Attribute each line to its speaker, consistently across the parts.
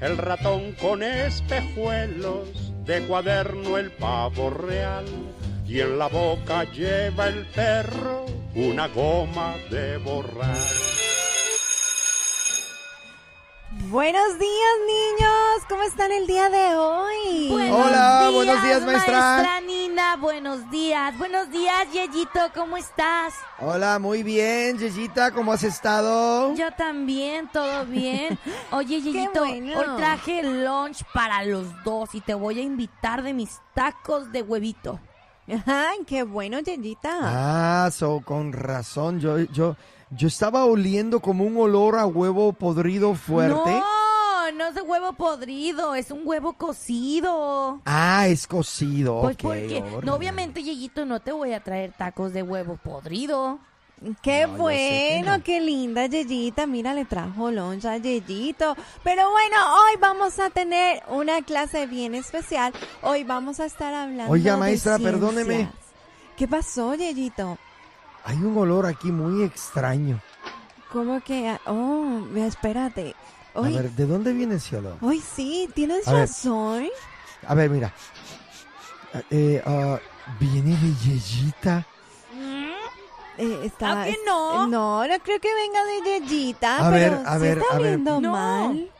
Speaker 1: El ratón con espejuelos, de cuaderno el pavo real, y en la boca lleva el perro una goma de borrar.
Speaker 2: Buenos días, niños. ¿Cómo están el día de hoy?
Speaker 3: Hola, buenos días, maestra.
Speaker 4: Maestra Nina, buenos días. Buenos días, Yeyito, ¿cómo estás?
Speaker 3: Hola, muy bien, Yeyita, ¿cómo has estado?
Speaker 4: Yo también, todo bien. Oye, Yeyito,
Speaker 2: bueno.
Speaker 4: hoy traje lunch para los dos y te voy a invitar de mis tacos de huevito.
Speaker 2: Ay, qué bueno, Yeyita.
Speaker 3: Ah, so, con razón, yo, yo, yo estaba oliendo como un olor a huevo podrido fuerte.
Speaker 4: No, no es de huevo podrido, es un huevo cocido.
Speaker 3: Ah, es cocido,
Speaker 4: Pues
Speaker 3: ok,
Speaker 4: porque,
Speaker 3: órale.
Speaker 4: no, obviamente, Yeyito, no te voy a traer tacos de huevo podrido.
Speaker 2: Qué
Speaker 3: No, yo sé que
Speaker 2: bueno,
Speaker 3: no.
Speaker 2: qué linda Yeyita. Mira, le trajo loncha a Yeyito. Pero bueno, hoy vamos a tener una clase bien especial. Hoy vamos a estar hablando
Speaker 3: Oiga,
Speaker 2: de
Speaker 3: maestra,
Speaker 2: ciencias.
Speaker 3: perdóneme.
Speaker 2: ¿Qué pasó, Yeyito?
Speaker 3: Hay un olor aquí muy extraño.
Speaker 2: ¿Cómo que? Oh, espérate.
Speaker 3: A
Speaker 2: Hoy,
Speaker 3: ver, ¿de dónde viene ese olor?
Speaker 2: hoy sí, tienes
Speaker 3: A ver.
Speaker 2: razón.
Speaker 3: A ver, mira. Eh, ah, viene de Yeyita.
Speaker 2: Eh, está,
Speaker 4: Claro Ah, que no.
Speaker 2: No, no creo que venga de Yeyita.
Speaker 3: A
Speaker 2: pero
Speaker 3: ver, a
Speaker 2: se
Speaker 3: ver,
Speaker 2: está
Speaker 3: a ver.
Speaker 2: viendo
Speaker 4: No.
Speaker 2: mal.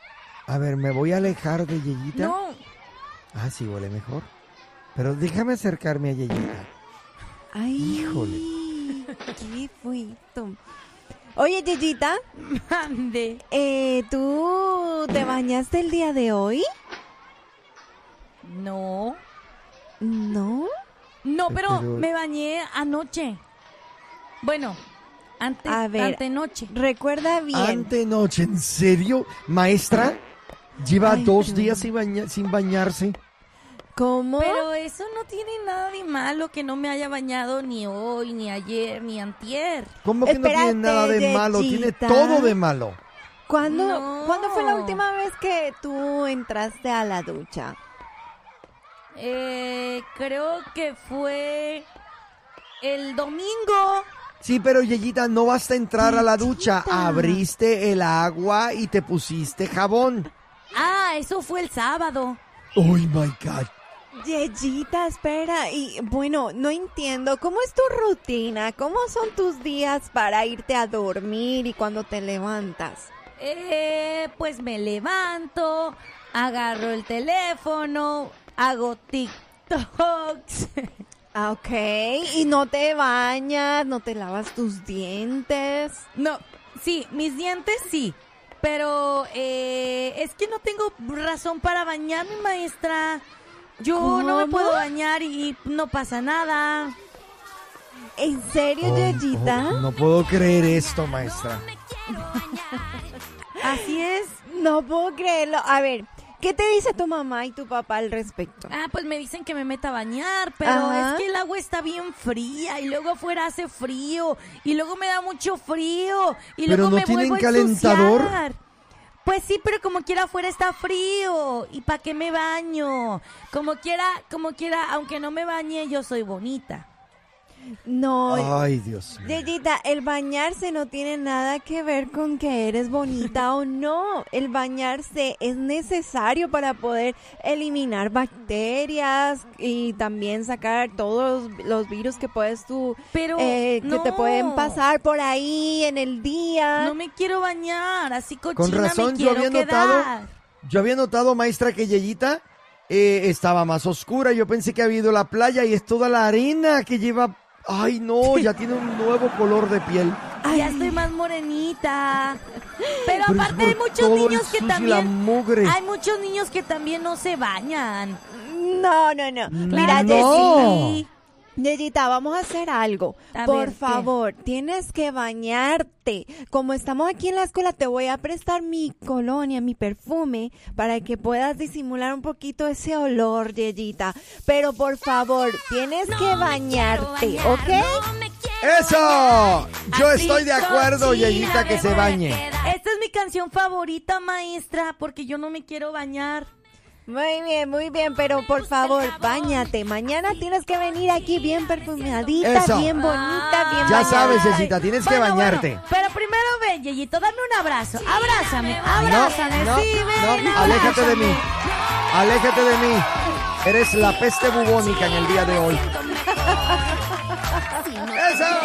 Speaker 3: A ver, me voy a alejar de Yeyita.
Speaker 4: No,
Speaker 3: Ah, sí, huele mejor. Pero déjame acercarme a Yeyita.
Speaker 2: Ay,
Speaker 3: Híjole.
Speaker 2: ¿Qué fue esto? Oye, Yeyita,
Speaker 4: mande.
Speaker 2: eh, ¿tú te bañaste el día de hoy?
Speaker 4: No.
Speaker 2: No.
Speaker 4: No,
Speaker 3: Eh,
Speaker 4: pero,
Speaker 3: pero-
Speaker 4: me bañé anoche. Bueno, ante,
Speaker 2: A ver.
Speaker 4: antenoche.
Speaker 2: Recuerda bien.
Speaker 3: Antenoche, ¿en serio? Maestra, lleva
Speaker 2: Ay,
Speaker 3: dos
Speaker 2: no.
Speaker 3: días sin, baña- sin bañarse.
Speaker 2: ¿Cómo?
Speaker 4: Pero eso no tiene nada de malo que no me haya bañado ni hoy, ni ayer, ni antier.
Speaker 3: ¿Cómo que no tiene
Speaker 2: Espérate,
Speaker 3: nada de malo? Tiene
Speaker 2: Yeyita.
Speaker 3: todo de malo.
Speaker 2: ¿Cuándo,
Speaker 4: No.
Speaker 2: ¿Cuándo fue la última vez que tú entraste a la ducha?
Speaker 4: Eh, creo que fue el domingo.
Speaker 3: Sí, pero Yeyita, no basta entrar a la ducha. Abriste el agua y te pusiste jabón.
Speaker 4: Ah, eso fue el sábado.
Speaker 3: Oh my God.
Speaker 2: Yeyita, espera. Y bueno, no entiendo. ¿Cómo es tu rutina? ¿Cómo son tus días para irte a dormir y cuando te levantas?
Speaker 4: Eh, pues me levanto, agarro el teléfono, hago TikToks.
Speaker 2: Ah, ok. Y no te bañas, no te lavas tus dientes.
Speaker 4: No, sí, mis dientes sí. Pero eh, es que no tengo razón para bañarme, maestra. Yo no me
Speaker 2: ¿Cómo?
Speaker 4: puedo bañar y no pasa nada.
Speaker 2: ¿En serio,
Speaker 3: Oh,
Speaker 2: Yeyita?
Speaker 3: oh, no puedo creer esto, maestra.
Speaker 4: Así es.
Speaker 2: No puedo creerlo. A ver, ¿qué te dice tu mamá y tu papá al respecto?
Speaker 4: Ah, pues me dicen que me meta a bañar, pero
Speaker 2: Ajá.
Speaker 4: es que el agua está bien fría y luego afuera hace frío y luego me da mucho frío y
Speaker 3: Pero
Speaker 4: luego
Speaker 3: no
Speaker 4: me
Speaker 3: tienen
Speaker 4: vuelvo a
Speaker 3: calentador.
Speaker 4: ensuciar. Pues sí, pero como quiera afuera está frío y para qué me baño. Como quiera, como quiera, aunque no me bañe, yo soy bonita.
Speaker 2: No.
Speaker 3: Ay, Dios mío.
Speaker 2: Yeyita, el bañarse no tiene nada que ver con que eres bonita o no. El bañarse es necesario para poder eliminar bacterias y también sacar todos los virus que puedes tú,
Speaker 4: Pero
Speaker 2: eh,
Speaker 4: no.
Speaker 2: que te pueden pasar por ahí en el día.
Speaker 4: No me quiero bañar, así cochina
Speaker 3: Con razón,
Speaker 4: me
Speaker 3: yo
Speaker 4: quiero
Speaker 3: había
Speaker 4: quedar.
Speaker 3: notado, yo había notado, maestra, que Yeyita eh, estaba más oscura. Yo pensé que había ido a la playa y es toda la arena que lleva. Ay, no, ya tiene un nuevo color de piel.
Speaker 4: Ya estoy más morenita. Pero
Speaker 3: Pero es
Speaker 4: aparte hay
Speaker 3: por
Speaker 4: muchos
Speaker 3: todo el
Speaker 4: niños que
Speaker 3: sucio y la
Speaker 4: también
Speaker 3: mugre.
Speaker 4: hay muchos niños que también no se bañan.
Speaker 2: No, no, no. Mira,
Speaker 3: no.
Speaker 2: Jessy,
Speaker 4: Sí.
Speaker 2: Yeyita, vamos a hacer algo.
Speaker 4: A
Speaker 2: Por
Speaker 4: ver, ¿qué?
Speaker 2: favor, tienes que bañarte. Como estamos aquí en la escuela, te voy a prestar mi colonia, mi perfume, para que puedas disimular un poquito ese olor, Yeyita. Pero por favor, tienes que bañarte, ¿ok?
Speaker 3: ¡Eso! Yo
Speaker 4: Así
Speaker 3: estoy de acuerdo,
Speaker 4: cochina
Speaker 3: Yeyita,
Speaker 4: me
Speaker 3: que se
Speaker 4: voy a
Speaker 3: bañe.
Speaker 4: quedar. Esta es mi canción favorita, maestra, porque yo no me quiero bañar.
Speaker 2: Muy bien, muy bien, pero por favor, bañate. Mañana tienes que venir aquí bien perfumadita,
Speaker 3: Eso.
Speaker 2: bien bonita, bien
Speaker 3: Ya
Speaker 2: bañada.
Speaker 3: sabes, Yeyita, tienes que
Speaker 4: Bueno, bueno,
Speaker 3: bañarte.
Speaker 4: pero primero ven, Yeyito, dame un abrazo. Abrázame,
Speaker 3: No,
Speaker 4: abrázame.
Speaker 3: no,
Speaker 4: sí, ven,
Speaker 3: no, aléjate de mí.
Speaker 4: abrázame.
Speaker 3: Aléjate de mí. Eres la peste bubónica en el día de hoy.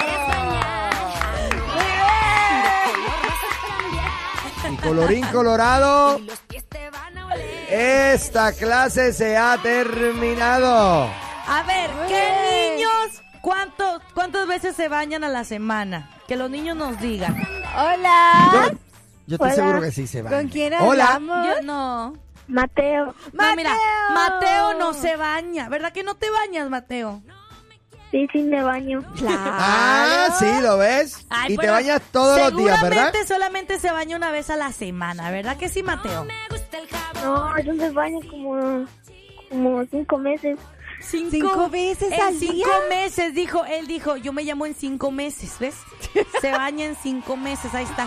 Speaker 3: ¡Eso! Y colorín colorado, esta clase se ha terminado.
Speaker 4: A ver, ¿qué niños? ¿Cuántos, ¿Cuántas veces se bañan a la semana? Que los niños nos digan.
Speaker 2: Hola.
Speaker 3: Yo, yo estoy
Speaker 2: Hola.
Speaker 3: seguro que sí se baña.
Speaker 2: ¿Con quién
Speaker 3: Hola.
Speaker 2: hablamos?
Speaker 4: Yo no.
Speaker 5: Mateo,
Speaker 4: No, mira, Mateo no se baña. ¿Verdad que no te bañas, Mateo?
Speaker 5: sí, sí me baño.
Speaker 2: Claro.
Speaker 3: Ah, sí, ¿lo ves?
Speaker 4: Ay,
Speaker 3: y te
Speaker 4: bueno,
Speaker 3: bañas todos los días, ¿verdad?
Speaker 4: Seguramente solamente se baña una vez a la semana, ¿verdad que sí, Mateo?
Speaker 5: No, yo me baño como, como cinco meses.
Speaker 4: Cinco,
Speaker 2: ¿Cinco veces
Speaker 4: en
Speaker 2: al
Speaker 4: cinco
Speaker 2: día?
Speaker 4: meses, dijo. Él dijo, yo me llamo en cinco meses, ¿ves? Se baña en cinco meses, ahí está.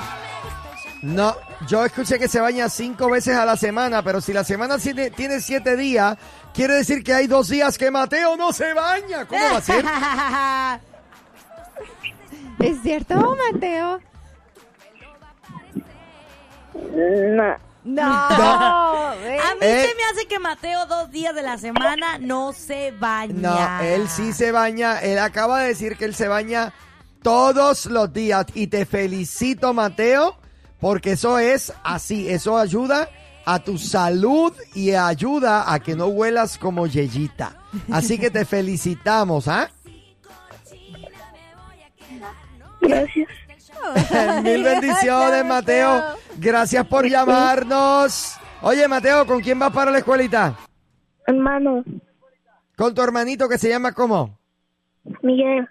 Speaker 3: No, yo escuché que se baña cinco veces a la semana, pero si la semana tiene, tiene siete días, quiere decir que hay dos días que Mateo no se baña. ¿Cómo va a ser?
Speaker 2: ¿Es cierto, Mateo?
Speaker 5: No,
Speaker 2: No.
Speaker 3: No.
Speaker 2: ¿ves?
Speaker 4: A mí
Speaker 3: Eh.
Speaker 4: se me hace que Mateo dos días de la semana no se baña.
Speaker 3: No, él sí se baña. Él acaba de decir que él se baña todos los días. Y te felicito, Mateo, porque eso es así. Eso ayuda a tu salud y ayuda a que no huelas como Yeyita. Así que te felicitamos, ¿ah?
Speaker 5: gracias.
Speaker 3: Mil bendiciones,
Speaker 2: Gracias,
Speaker 3: Mateo.
Speaker 2: Mateo.
Speaker 3: Gracias por llamarnos. Oye, Mateo, ¿con quién vas para la escuelita?
Speaker 5: Hermano,
Speaker 3: Con tu hermanito que se llama ¿cómo?
Speaker 5: Miguel,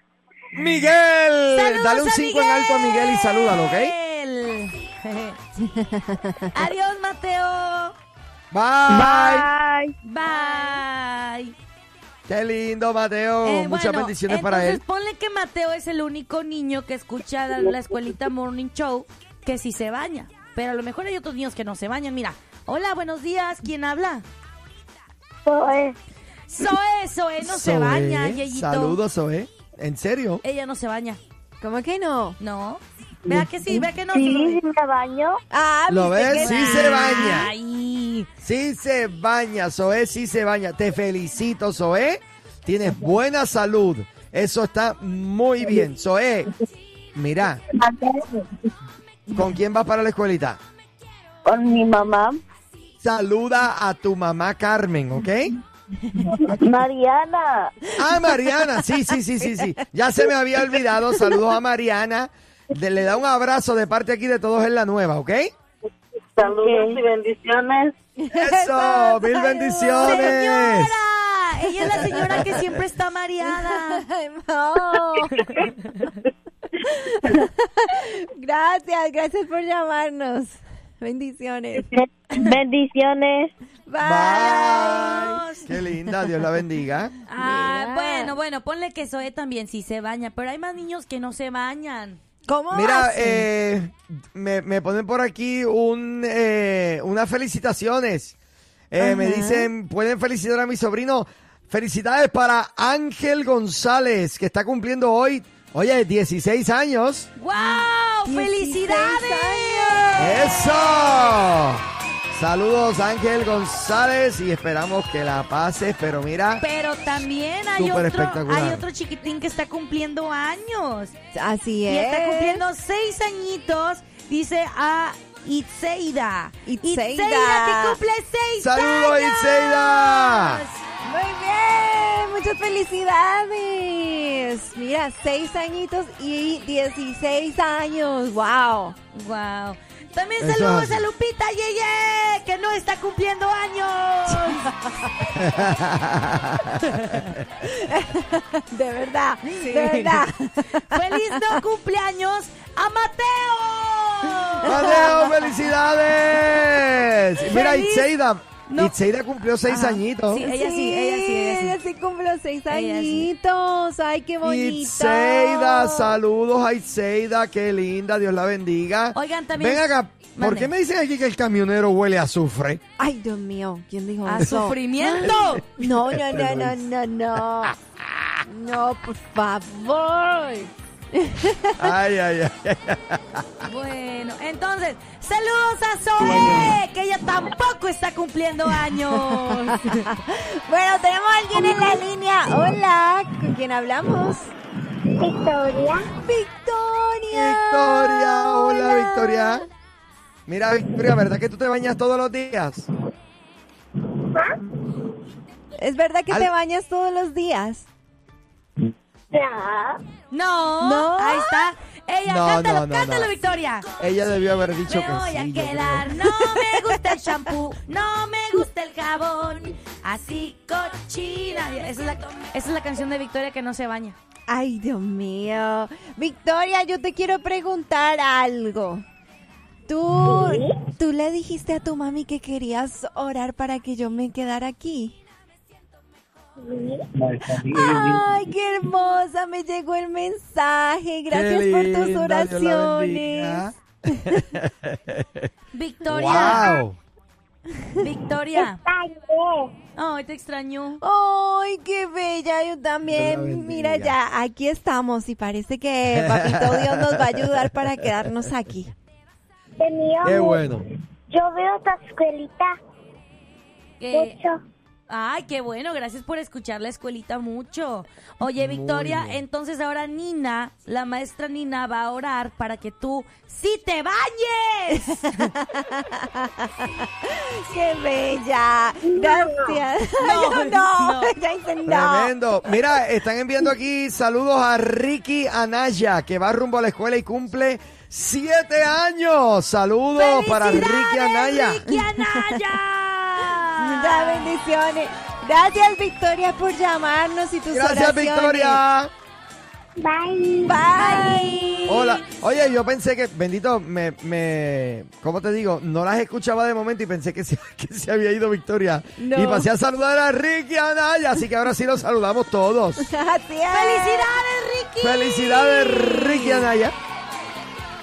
Speaker 3: Miguel.
Speaker 4: ¡Saludos
Speaker 3: Dale un
Speaker 4: a
Speaker 3: 5 en alto a Miguel y salúdalo, ¿ok?
Speaker 4: Miguel! Adiós, Mateo.
Speaker 3: Bye.
Speaker 5: bye.
Speaker 4: Bye.
Speaker 3: Qué lindo, Mateo.
Speaker 4: Eh,
Speaker 3: Oh, Muchas
Speaker 4: bueno,
Speaker 3: bendiciones para él.
Speaker 4: entonces Ponle que Mateo es el único niño que escucha la, la escuelita Morning Show que sí se baña. Pero a lo mejor hay otros niños que no se bañan. Mira, hola, buenos días. ¿Quién habla?
Speaker 5: Bye.
Speaker 4: Zoe, Zoe no se
Speaker 3: Zoe,
Speaker 4: baña, Yeyito. Eh.
Speaker 3: Saludos, Zoe. ¿En serio?
Speaker 4: Ella no se baña.
Speaker 2: ¿Cómo que no?
Speaker 4: No. Vea que sí, vea que no.
Speaker 5: Sí, sí me baño.
Speaker 2: Ah,
Speaker 3: ¿Lo
Speaker 2: viste
Speaker 3: ves?
Speaker 2: que-
Speaker 3: Sí se baña.
Speaker 4: Ay.
Speaker 3: Sí se baña, Zoe, sí se baña. Te felicito, Zoe. Tienes buena salud. Eso está muy bien. Zoe, mira, ¿con quién vas para la escuelita?
Speaker 5: Con mi mamá,
Speaker 3: Saluda a tu mamá Carmen, ¿ok?
Speaker 5: Mariana.
Speaker 3: Ah, Mariana, sí, sí, sí, sí, sí. Ya se me había olvidado. Saludos a Mariana. Le, le da un abrazo de parte aquí de todos en la nueva, ¿ok?
Speaker 5: Saludos y bendiciones.
Speaker 3: Eso, mil bendiciones.
Speaker 4: ¡Señora! Ella es la señora que siempre está mareada.
Speaker 2: Ay, no. gracias, gracias por llamarnos. Bendiciones.
Speaker 5: Bendiciones.
Speaker 3: Bye. Qué linda, Dios la bendiga.
Speaker 4: Ah,
Speaker 2: Mira.
Speaker 4: bueno, bueno, ponle que Zoe también sí se baña, pero hay más niños que no se bañan.
Speaker 2: ¿Cómo
Speaker 3: Mira,
Speaker 2: vas?
Speaker 3: eh, me, me ponen por aquí un, eh, unas felicitaciones. Eh, me
Speaker 2: Ajá.
Speaker 3: dicen, pueden felicitar a mi sobrino. Felicidades para Ángel González, que está cumpliendo hoy, oye, 16 años.
Speaker 4: ¡Wow!
Speaker 2: 16
Speaker 4: ¡Felicidades!
Speaker 3: ¡Eso! Saludos Ángel González y esperamos que la pases, pero mira,
Speaker 4: Pero también hay
Speaker 3: Súper
Speaker 4: otro,
Speaker 3: espectacular.
Speaker 4: hay otro chiquitín que está cumpliendo años.
Speaker 2: Así
Speaker 4: Y
Speaker 2: es.
Speaker 4: está cumpliendo seis añitos, dice a Itzeida.
Speaker 2: Itzeida.
Speaker 4: que cumple seis
Speaker 3: saludos
Speaker 4: años.
Speaker 3: Itzeida.
Speaker 2: Muy bien, muchas felicidades. Mira, seis añitos y 16 años. Wow.
Speaker 4: Wow. También
Speaker 3: Eso
Speaker 4: saludos
Speaker 3: hace.
Speaker 4: a Lupita Yeye, que no está cumpliendo años.
Speaker 2: De verdad,
Speaker 4: Sí.
Speaker 2: de verdad.
Speaker 4: ¡Feliz no cumpleaños a Mateo!
Speaker 3: Ah, ¡Mateo, felicidades! Mira,
Speaker 4: Feliz-
Speaker 3: Itzeida.
Speaker 4: No.
Speaker 3: Itzeida cumplió seis
Speaker 4: Ajá,
Speaker 3: añitos.
Speaker 4: sí. Ella ella sí, ella sí.
Speaker 2: Ella sí cumple los seis
Speaker 4: Ella sí.
Speaker 2: añitos. Ay, qué bonito.
Speaker 3: Itzeida, saludos a Itzeida, qué linda, Dios la bendiga.
Speaker 4: Oigan, también-
Speaker 3: Ven acá, ¿por
Speaker 4: Mande.
Speaker 3: qué me dicen aquí que el camionero huele a azufre?
Speaker 2: Ay, Dios mío, ¿quién dijo
Speaker 4: ¡A
Speaker 2: eso?
Speaker 4: sufrimiento!
Speaker 2: No, no, no, no, no, no. No, por favor.
Speaker 3: Ay, ay, ay. ay.
Speaker 4: Bueno, entonces, saludos a Zoe, que ella tampoco está cumpliendo años.
Speaker 2: Bueno, tenemos a alguien en la línea. Hola, ¿con quién hablamos?
Speaker 5: Victoria.
Speaker 2: Victoria.
Speaker 3: Victoria, hola Victoria. Mira, Victoria, ¿verdad que tú te bañas todos los días?
Speaker 2: ¿Es verdad que
Speaker 3: Al-
Speaker 2: te bañas todos los días?
Speaker 5: No.
Speaker 4: No,
Speaker 2: No.
Speaker 4: ahí está. Ella,
Speaker 3: No,
Speaker 4: cántalo,
Speaker 3: no, no,
Speaker 4: cántalo,
Speaker 3: no.
Speaker 4: Victoria.
Speaker 3: Ella debió haber dicho
Speaker 4: Me
Speaker 3: que
Speaker 4: voy
Speaker 3: sí.
Speaker 4: a
Speaker 3: yo creo.
Speaker 4: quedar, no me gusta el shampoo, no me gusta el jabón, así cochina. Esa es, la, esa es la canción de Victoria que no se baña.
Speaker 2: Ay, Dios mío. Victoria, yo te quiero preguntar algo. Tú, tú le dijiste a tu mami que querías orar para que yo me quedara aquí. Ay, qué hermosa, me llegó el mensaje.
Speaker 3: Qué
Speaker 2: Gracias por tus
Speaker 3: linda, Dios
Speaker 2: oraciones.
Speaker 3: la bendiga.
Speaker 4: Victoria,
Speaker 3: ¡Wow!
Speaker 4: Victoria.
Speaker 5: Taller.
Speaker 4: Ay, te extrañó.
Speaker 2: Ay, qué bella, yo
Speaker 3: Dios la bendiga.
Speaker 2: también. Mira ya, aquí estamos y parece que papito Dios nos va a ayudar para quedarnos aquí.
Speaker 5: Tenía
Speaker 3: ¡Qué
Speaker 5: un-
Speaker 3: bueno!
Speaker 5: Yo veo tu escuelita
Speaker 4: Que-
Speaker 5: mucho.
Speaker 4: Ay, qué bueno, gracias por escuchar la escuelita mucho. Oye,
Speaker 3: Muy
Speaker 4: Victoria,
Speaker 3: bien.
Speaker 4: entonces ahora Nina, la maestra Nina, va a orar para que tú sí te bañes.
Speaker 2: ¡Qué bella! Gracias. No, no,
Speaker 4: no.
Speaker 2: ya hice no.
Speaker 3: Tremendo. Mira, están enviando aquí saludos a Ricky Anaya, que va rumbo a la escuela y cumple siete años. Saludos para Ricky Anaya.
Speaker 4: ¡Felicidades, Ricky Anaya!
Speaker 2: Ya, bendiciones. Gracias, Victoria, por llamarnos y tus
Speaker 3: Gracias,
Speaker 2: oraciones.
Speaker 3: Victoria.
Speaker 5: Bye.
Speaker 2: Bye.
Speaker 3: Hola. Oye, yo pensé que, bendito, me, me, ¿cómo te digo? No las escuchaba de momento y pensé que se, que se había ido Victoria.
Speaker 2: No.
Speaker 3: Y pasé a saludar a Ricky Anaya, así que ahora sí los saludamos todos.
Speaker 2: Así es.
Speaker 4: ¡Felicidades, Ricky!
Speaker 3: Felicidades, Ricky Anaya.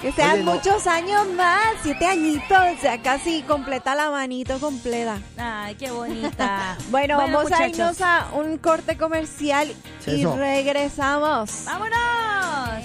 Speaker 2: Que sean
Speaker 3: Oye, no.
Speaker 2: muchos años más, siete añitos, o sea, casi completa la manito completa.
Speaker 4: Ay, qué bonita.
Speaker 2: Bueno, vamos a
Speaker 4: muchachos,
Speaker 2: irnos a un corte comercial y
Speaker 3: Eso.
Speaker 2: regresamos.
Speaker 4: ¡Vámonos!